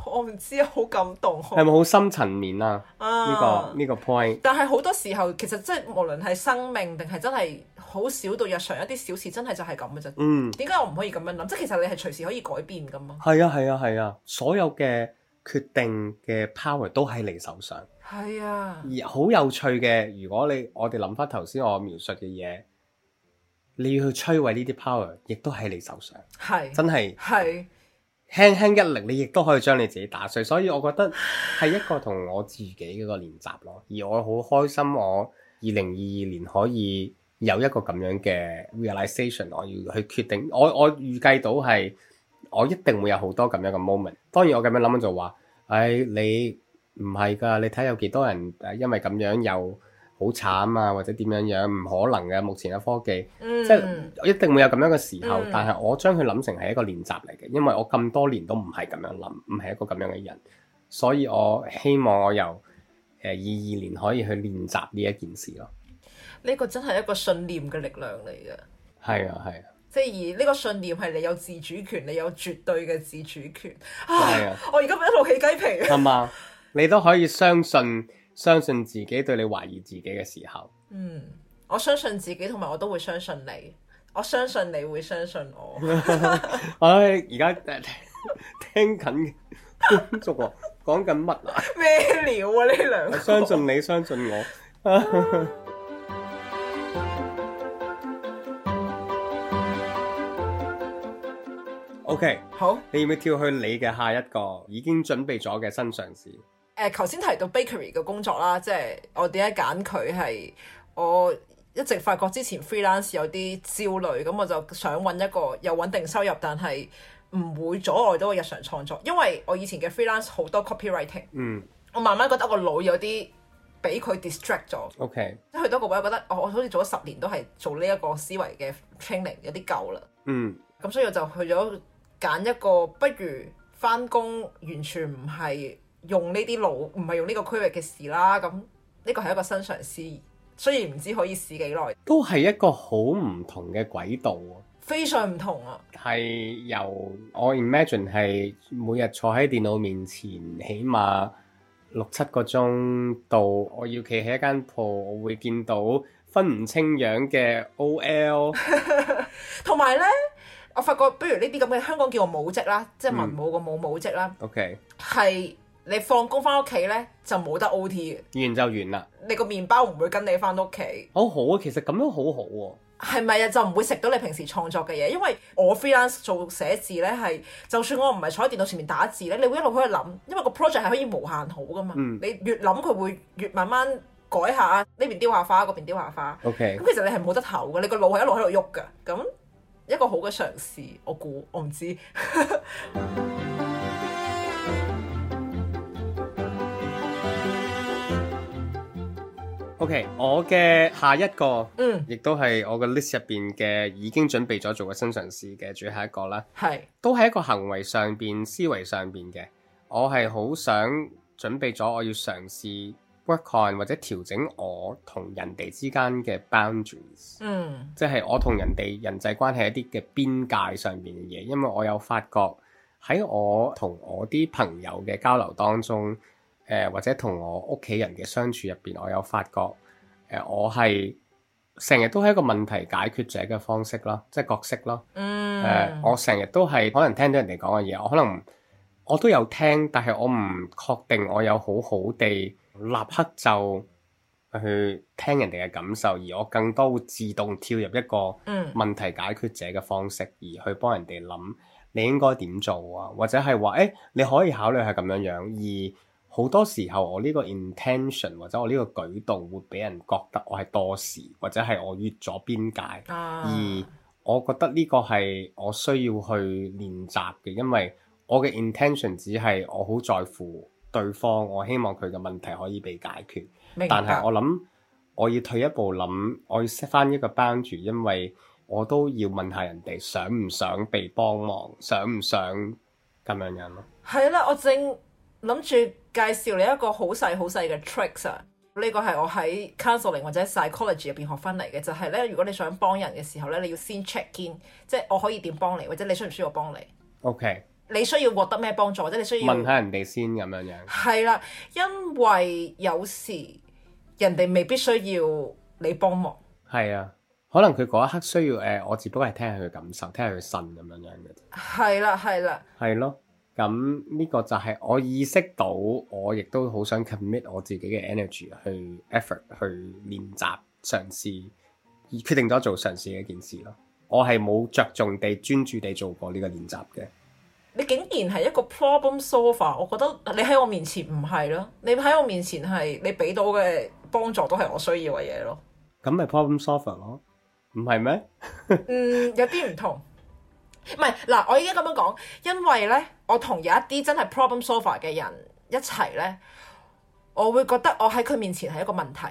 Speaker 2: 我唔知，好感動。
Speaker 1: 係咪好深層面啊？呢、
Speaker 2: 哦啊
Speaker 1: 個呢、個 point。
Speaker 2: 但係好多時候，其實即係無論係生命定係真係好少到日常一啲小事，真係就係咁嘅啫。
Speaker 1: 嗯
Speaker 2: 點解我唔可以咁樣諗？即係其實你係隨時可以改變噶嘛。
Speaker 1: 係啊，係啊，係啊，所有嘅決定嘅 power 都喺你手上。
Speaker 2: 係啊，
Speaker 1: 而好有趣嘅，如果你我哋諗翻頭先我描述嘅嘢，你要去摧毀呢啲 power，亦都喺你手上，
Speaker 2: 係啊
Speaker 1: 真係
Speaker 2: 係
Speaker 1: 輕輕一力，你亦都可以將你自己打碎。所以我覺得係一個同我自己嘅一個練習咯。而我好開心，我二零二二年可以有一個咁樣嘅 realization，我要去決定，我我預計到係我一定會有好多咁樣嘅 moment。當然我咁樣諗呃就話，唉、你唔係㗎，你睇有幾多人誒因為咁樣又好慘啊，或者點樣樣，唔可能嘅。目前嘅科技，
Speaker 2: 嗯，
Speaker 1: 即係一定會有咁樣嘅時候，
Speaker 2: 嗯
Speaker 1: 但係我將佢諗成係一個練習嚟嘅，因為我咁多年都唔係咁樣諗，唔係一個咁樣嘅人，所以我希望我由誒二二年可以去練習呢一件事咯。
Speaker 2: 呢個真係一個信念嘅力量嚟嘅，
Speaker 1: 係啊，係啊，
Speaker 2: 即係而呢個信念係你有自主權，你有絕對嘅自主權。
Speaker 1: 係啊
Speaker 2: [LAUGHS] 啊！我而家咪一路起雞皮。
Speaker 1: 啱嘛？你都可以相信，相信自己對你懷疑自己嘅時候，
Speaker 2: 嗯，我相信自己，同埋我都會相信你。我相信你會相信
Speaker 1: [LAUGHS]
Speaker 2: 我。
Speaker 1: 我而家誒聽聽緊觀眾喎 [LAUGHS] 講緊乜啊？
Speaker 2: 咩料啊？呢兩
Speaker 1: 我
Speaker 2: 個
Speaker 1: 相信你，相信我。O、k
Speaker 2: 好。
Speaker 1: 你要唔要跳去你嘅下一個已經準備咗嘅新嘗試？
Speaker 2: 誒呃頭先提到 bakery 嘅工作啦，即係我點解揀佢係我一直發覺之前 freelance 有啲焦慮，咁我就想揾一個有穩定收入，但係唔會阻礙到我日常創作，因為我以前嘅 freelance 好多 copywriting，
Speaker 1: 嗯
Speaker 2: 我慢慢覺得我腦有啲俾佢 distract 咗，
Speaker 1: ，OK，
Speaker 2: 即係去到個位，我覺得我我好似做咗十年都係做呢一個思維嘅 training，有啲夠啦。
Speaker 1: 嗯
Speaker 2: 咁所以我就去咗揀一個不如翻工完全唔係用呢啲路，唔係用呢個區域嘅事啦。咁呢個係一個新嘗試，雖然唔知可以試幾耐，
Speaker 1: 都係一個好唔同嘅軌道喎。
Speaker 2: 非常唔同啊！
Speaker 1: 係由我 imagine 係每日坐喺電腦面前，起碼六七個鐘到，我要企喺一間鋪，我會見到分唔清樣嘅 OL。
Speaker 2: 同埋呢，我發覺不如呢啲咁嘅香港叫做舞職啦，即係文武個武舞職啦，
Speaker 1: OK，
Speaker 2: 係、你放工翻屋企呢，就冇得 O T 嘅，
Speaker 1: 完就完啦。
Speaker 2: 你個麵包唔會跟你翻屋企。
Speaker 1: 好好啊，其實咁樣好好、喎。
Speaker 2: 係咪啊？就唔會食到你平時創作嘅嘢，因為我 freelance 做寫字咧，係就算我唔係坐喺電腦前面打字咧，你會一路喺度諗，因為個 project 係可以無限好噶嘛。
Speaker 1: 嗯
Speaker 2: 你越諗佢會越慢慢改下，呢邊雕下花，嗰邊雕下花。
Speaker 1: OK，
Speaker 2: 咁其實你係冇得唞嘅，你個腦係一路喺度喐㗎。咁一個好嘅嘗試，我估我唔知。 [LAUGHS]
Speaker 1: OK，我嘅下一個，
Speaker 2: 嗯，
Speaker 1: 亦都係我嘅 list 入邊嘅已經準備咗做嘅新嘗試嘅最後一個啦，
Speaker 2: 係
Speaker 1: 都係一個行為上邊、思維上邊嘅。我係好想準備咗，我要嘗試 work on 或者調整我同人哋之間嘅 boundaries。
Speaker 2: 嗯
Speaker 1: 即係我同人哋人際關係一啲嘅邊界上面嘅嘢，因為我有發覺喺我同我啲朋友嘅交流當中，誒、或者同我屋企人嘅相處入邊，我有發覺誒、我係成日都係一個問題解決者嘅方式咯，即係角色咯。誒、
Speaker 2: 嗯，
Speaker 1: 呃我成日都係可能聽到人哋講嘅嘢，我可能我都有聽，但係我唔確定我有好好地立刻就去聽人哋嘅感受，而我更多會自動跳入一個
Speaker 2: 嗯
Speaker 1: 問題解決者嘅方式，而去幫人哋諗你應該點做啊，或者係話誒你可以考慮係咁樣樣，而好多時候我呢個 intention 或者我呢個舉動會俾人覺得我係多事，或者係我越咗邊界。
Speaker 2: 啊
Speaker 1: 而我覺得呢個係我需要去練習嘅，因為我嘅 intention 只係我好在乎對方，我希望佢嘅問題可以被解決。
Speaker 2: 明
Speaker 1: 但係
Speaker 2: 白
Speaker 1: 我諗我要退一步諗，我要 set 翻一個 boundary，因為我都要問下人哋想唔想被幫忙，想唔想咁樣樣咯。
Speaker 2: 係啦，我正諗住介紹你一個好細好細嘅 tricks 啊！呢個係我喺 counseling 或者 psychology 入邊學翻嚟嘅，就係咧，如果你想幫人嘅時候咧，你要先 check in，即係我可以點幫你，或者你需唔需要我幫你，
Speaker 1: OK，
Speaker 2: 你需要獲得咩幫助，或者你需要
Speaker 1: 問下人哋先咁樣樣。
Speaker 2: 係啦，因為有時人哋未必需要你幫忙，
Speaker 1: 係啊，可能佢嗰一刻需要誒、呃我只不過係聽下佢感受，聽下佢呻咁樣樣嘅啫。
Speaker 2: 係啦係啦，
Speaker 1: 係咯，咁呢個就係我意識到，我亦都好想 commit 我自己嘅 energy 去 effort 去練習嘗試，而決定咗做嘗試嘅一件事咯。我係冇着重地專注地做過呢個練習嘅，
Speaker 2: 你竟然係一個 problem solver，我覺得你喺我面前唔係咯，你喺我面前係你俾到嘅幫助都係我需要嘅嘢咯。
Speaker 1: 咁咪 problem solver 咯，唔係咩？
Speaker 2: 嗯，有啲唔同。唔係嗱，我已經咁樣講，因為呢，我同有一啲真係 problem solver 嘅人一齊呢，我會覺得我喺佢面前係一個問題。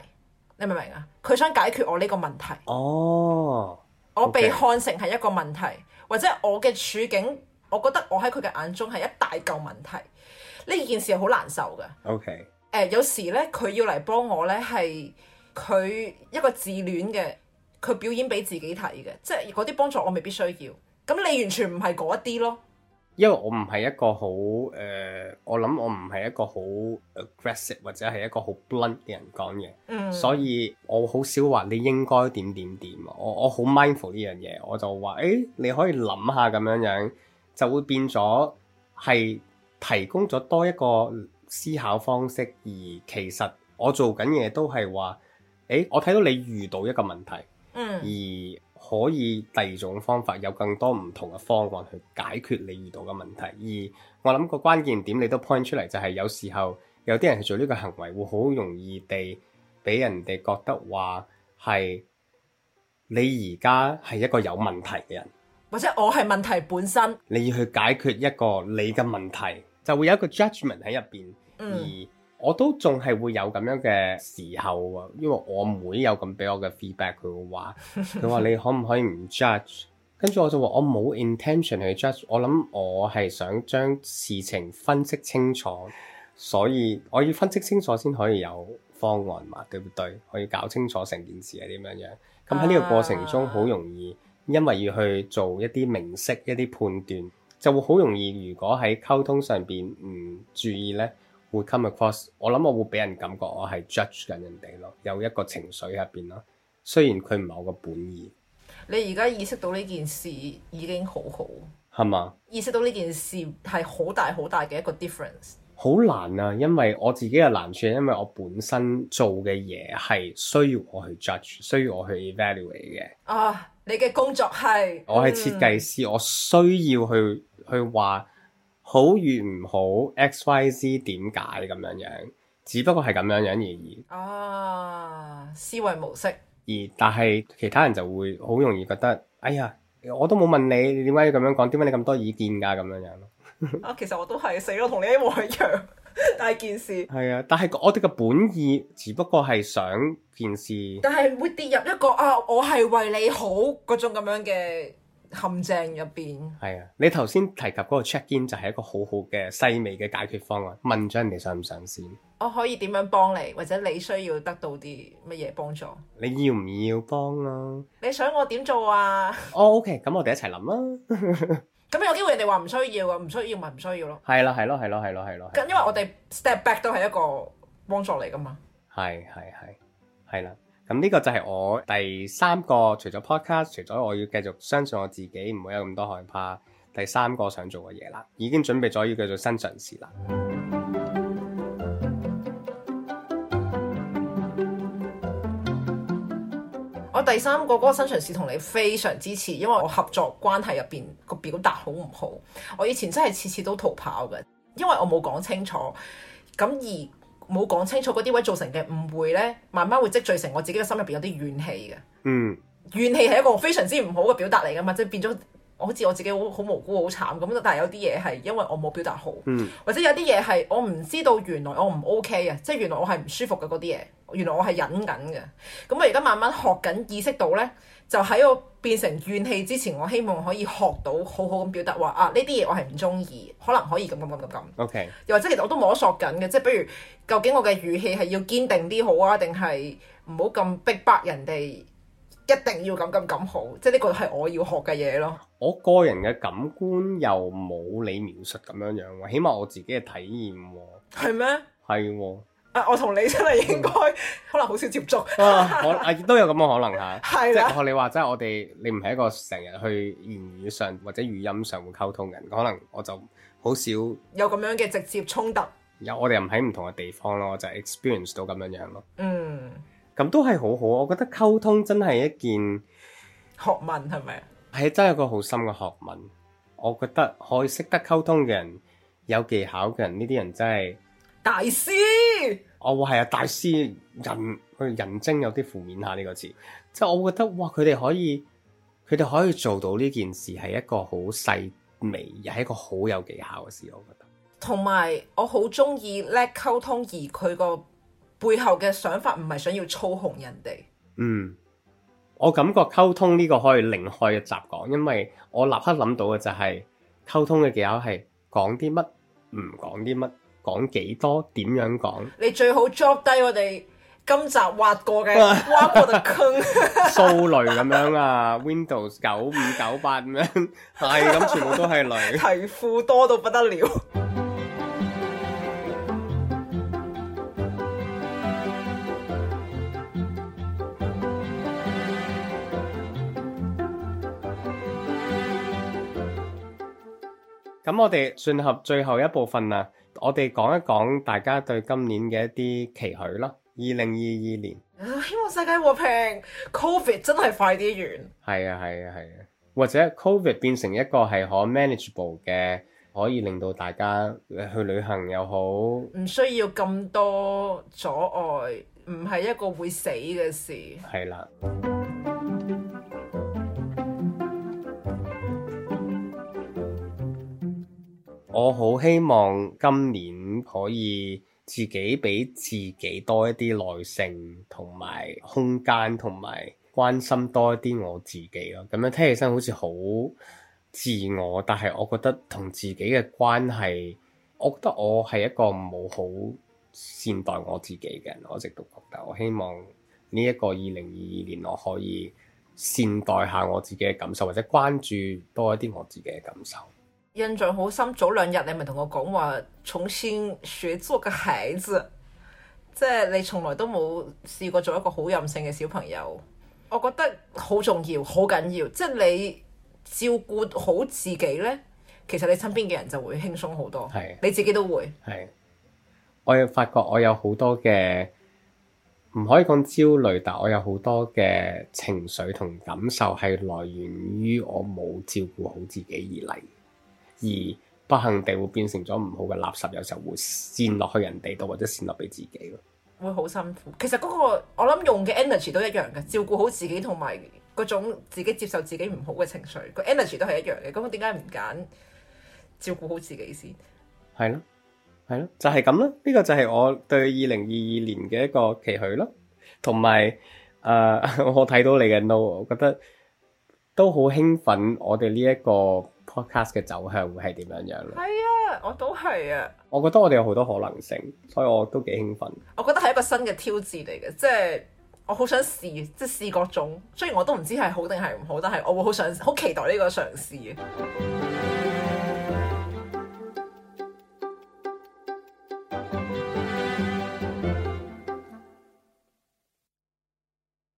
Speaker 2: 你明唔明啊？佢想解決我呢個問題，
Speaker 1: 哦，
Speaker 2: 我
Speaker 1: OK
Speaker 2: 被看成係一個問題，或者我嘅處境，我覺得我喺佢嘅眼中係一大嚿問題。呢件事係好難受嘅。
Speaker 1: OK，
Speaker 2: 誒、有時咧，佢要嚟幫我咧，係佢一個自戀嘅，佢表演俾自己睇嘅，即係嗰啲幫助我未必需要。咁你完全唔係嗰一啲咯，
Speaker 1: 因為我唔係一個好誒、呃我諗我唔係一個好 aggressive 或者係一個好 blunt 嘅人講嘢，
Speaker 2: 嗯，
Speaker 1: 所以我好少話你應該點點點。啊我我好 mindful 呢樣嘢，我就話誒、欸你可以諗下咁樣樣，就會變咗係提供咗多一個思考方式。而其實我做緊嘢都係話，誒、我睇到你遇到一個問題。
Speaker 2: 嗯，
Speaker 1: 而可以第二種方法有更多唔同嘅方案去解決你遇到嘅問題。而我諗個關鍵點你都 point 出嚟，就係有時候有啲人去做呢個行為，會好容易地俾人哋覺得話係你而家係一個有問題嘅人，
Speaker 2: 或者我係問題本身，
Speaker 1: 你要去解決一個你嘅問題，就會有一個 judgment 喺入邊。
Speaker 2: 嗯
Speaker 1: 而我都仲係會有咁樣嘅時候啊，因為我妹有咁俾我嘅 feedback，佢會話，佢話你可唔可以唔 judge？跟住我就話我冇 intention 去 judge，我諗我係想將事情分析清楚，所以 [LAUGHS] 我要分析清楚先可以有方案嘛，對唔對？我要搞清楚成件事係點樣樣。咁喺呢個過程中，
Speaker 2: 啊
Speaker 1: 好容易因為要去做一啲明晰、一啲判斷，就會好容易。如果喺溝通上邊唔注意咧，會 come across。我諗我會俾人感覺我係 judge 緊人哋咯，有一個情緒喺入邊咯。雖然佢唔係我嘅本意，
Speaker 2: 你而家意識到呢件事已經好好，
Speaker 1: 係嘛？
Speaker 2: 意識到呢件事係好大好大嘅一個 difference。
Speaker 1: 好難啊，因為我自己嘅難處係因為我本身做嘅嘢係需要我去 judge，需要我去 evaluate 嘅。
Speaker 2: 啊！你嘅工作係
Speaker 1: 我係設計師，我需要去去話好與唔好 X、Y、Z 點解咁樣樣，只不過係咁樣樣而已。
Speaker 2: 嗯啊思維模式，
Speaker 1: 而但係其他人就會好容易覺得，哎呀，我都冇問你，你點解要咁樣講？點解你咁多意見㗎？咁樣樣咯。
Speaker 2: 啊，其實我都係死咯，同你一模一樣， [LAUGHS] 但係件事，
Speaker 1: 係啊，但係我哋嘅本意只不過係想件事。
Speaker 2: 但係會跌入一個啊，我係為你好嗰種咁樣嘅陷阱入邊。
Speaker 1: 係啊，你頭先提及嗰個 check in 就係一個好好嘅細微嘅解決方案，問咗人哋想唔想先。
Speaker 2: 我可以點樣幫你，或者你需要得到啲乜嘢幫助？
Speaker 1: 你要唔要幫啊？
Speaker 2: 你想我點做啊？ [LAUGHS]
Speaker 1: 哦，OK，咁我哋一齊諗啦。
Speaker 2: 咁有機會人哋話唔需要啊，唔需要咪唔需要咯。
Speaker 1: 係啦，係咯，係咯，係咯，係咯。
Speaker 2: 咁因為我哋 step back 都係一個幫助嚟噶嘛。
Speaker 1: 係係係係啦。咁呢個就係我第三個，除咗 podcast，除咗我要繼續相信我自己，唔會有咁多害怕。第三個想做嘅嘢啦，已經準備咗要叫做新嘗試啦。
Speaker 2: 我第三個嗰個新嘗試同你非常支持，因為我合作關係入邊個表達好唔好，我以前真係次次都逃跑嘅，因為我冇講清楚，咁而冇講清楚嗰啲位造成嘅誤會呢，慢慢會積聚成我自己嘅心入邊有啲怨氣
Speaker 1: 嗯，
Speaker 2: 嘅，怨氣係一個非常之唔好嘅表達嚟噶嘛，即係變咗好似我自己好好無辜好慘咁，但係有啲嘢係因為我冇表達好，
Speaker 1: 嗯
Speaker 2: 或者有啲嘢係我唔知道原來我唔 OK 嘅，即係原來我係唔舒服嘅嗰啲嘢，原來我係忍緊嘅。咁啊我而家慢慢學緊，意識到呢，就喺我變成怨氣之前，我希望可以學到好好咁表達話啊，呢啲嘢我係唔中意，可能可以咁咁咁咁咁。
Speaker 1: OK，
Speaker 2: 又或者其實我都摸索緊嘅，即係比如究竟我嘅語氣係要堅定啲好啊，定係唔好咁逼迫人哋一定要咁咁咁好？即係呢個係我要學嘅嘢咯。
Speaker 1: 我個人嘅感官又冇你描述咁樣樣喎，起碼我自己嘅體驗喎，
Speaker 2: 係咩？
Speaker 1: 係喎。
Speaker 2: [LAUGHS] 啊！我同你真係應該可能好少接觸。
Speaker 1: 啊，我啊都有咁嘅可 [LAUGHS] 能嚇。
Speaker 2: 係
Speaker 1: 即
Speaker 2: 啦
Speaker 1: 係學你話齋，我哋你唔係一個成日去言語上或者語音上會溝通嘅人，可能我就好少
Speaker 2: 有咁樣嘅直接衝突，
Speaker 1: 有我哋又唔喺唔同嘅地方咯，我就係 experience 到咁樣樣咯。
Speaker 2: 嗯，
Speaker 1: 咁都係好好，我覺得溝通真係一件
Speaker 2: 學問係咪啊？
Speaker 1: 係真係一個好深嘅學問。我覺得可以識得溝通嘅人，有技巧嘅人，呢啲人真係
Speaker 2: 大師，
Speaker 1: 我會係啊大師人，佢人精有啲負面下呢個字，即係我會覺得哇，佢哋可以佢哋可以做到呢件事係一個好細微，又係一個好有技巧嘅事，我覺得。
Speaker 2: 同埋我好中意叻溝通，而佢個背後嘅想法唔係想要操控人哋。
Speaker 1: 嗯，我感覺溝通呢個可以另開一集講，因為我立刻諗到嘅就係、溝通嘅技巧係講啲乜，唔講啲乜，講幾多，點樣講。
Speaker 2: 你最好 drop 低我哋今集挖過嘅挖過嘅坑。 [LAUGHS]
Speaker 1: 數類咁樣啊，Windows 九五九八咁樣，係咁全部都係類。
Speaker 2: 題庫多到不得了。
Speaker 1: 咁我哋進入最後一部分啦，我哋講一講大家對今年嘅一啲期許啦。二零二二年，
Speaker 2: 希望世界和平，Covid 真係快啲完。
Speaker 1: 係啊係啊係啊，或者 Covid 變成一個係可 manageable 嘅，可以令到大家去旅行又好，
Speaker 2: 唔需要咁多阻礙，唔係一個會死嘅事。
Speaker 1: 係啦。我好希望今年可以自己俾自己多一啲耐性，同埋空間，同埋關心多一啲我自己咯。咁樣聽起身好似好自我，但係我覺得同自己嘅關係，我覺得我係一個冇好善待我自己嘅人，我一直都覺得。我希望呢一個二零二二年，我可以善待下我自己嘅感受，或者關注多一啲我自己嘅感受。
Speaker 2: 印象好深，早兩日你咪同我講話重先學做嘅孩子，即係你從來都冇試過做一個好任性嘅小朋友。我覺得好重要，好緊要，即係你照顧好自己呢，其實你身邊嘅人就會輕鬆好多
Speaker 1: 係，
Speaker 2: 你自己都會。
Speaker 1: 係，我又發覺我有好多嘅唔可以講焦慮，但我有好多嘅情緒同感受係來源於我冇照顧好自己而嚟，而不幸地會變成咗唔好嘅垃圾，有時候會濺落去人哋度，或者濺落俾自己咯。
Speaker 2: 會好辛苦。其實嗰、個我諗用嘅 energy 都一樣嘅，照顧好自己同埋嗰種自己接受自己唔好嘅情緒，個 energy 都係一樣嘅。咁點解唔揀照顧好自己先？
Speaker 1: 係咯，係咯，就係咁啦。呢、個就係我對二零二二年嘅一個期許啦。同埋誒，呃 [LAUGHS] 我睇到你嘅 no，我覺得都好興奮。我哋呢一個 podcast 嘅走向會係點樣樣咧？
Speaker 2: 係啊，我都係啊。
Speaker 1: 我覺得我哋有好多可能性，所以我都幾興奮。
Speaker 2: 我覺得係一個新嘅挑戰嚟嘅，即係我好想試，即係試各種。雖然我都唔知係好定係唔好，但係我會好想好期待呢個嘗試嘅。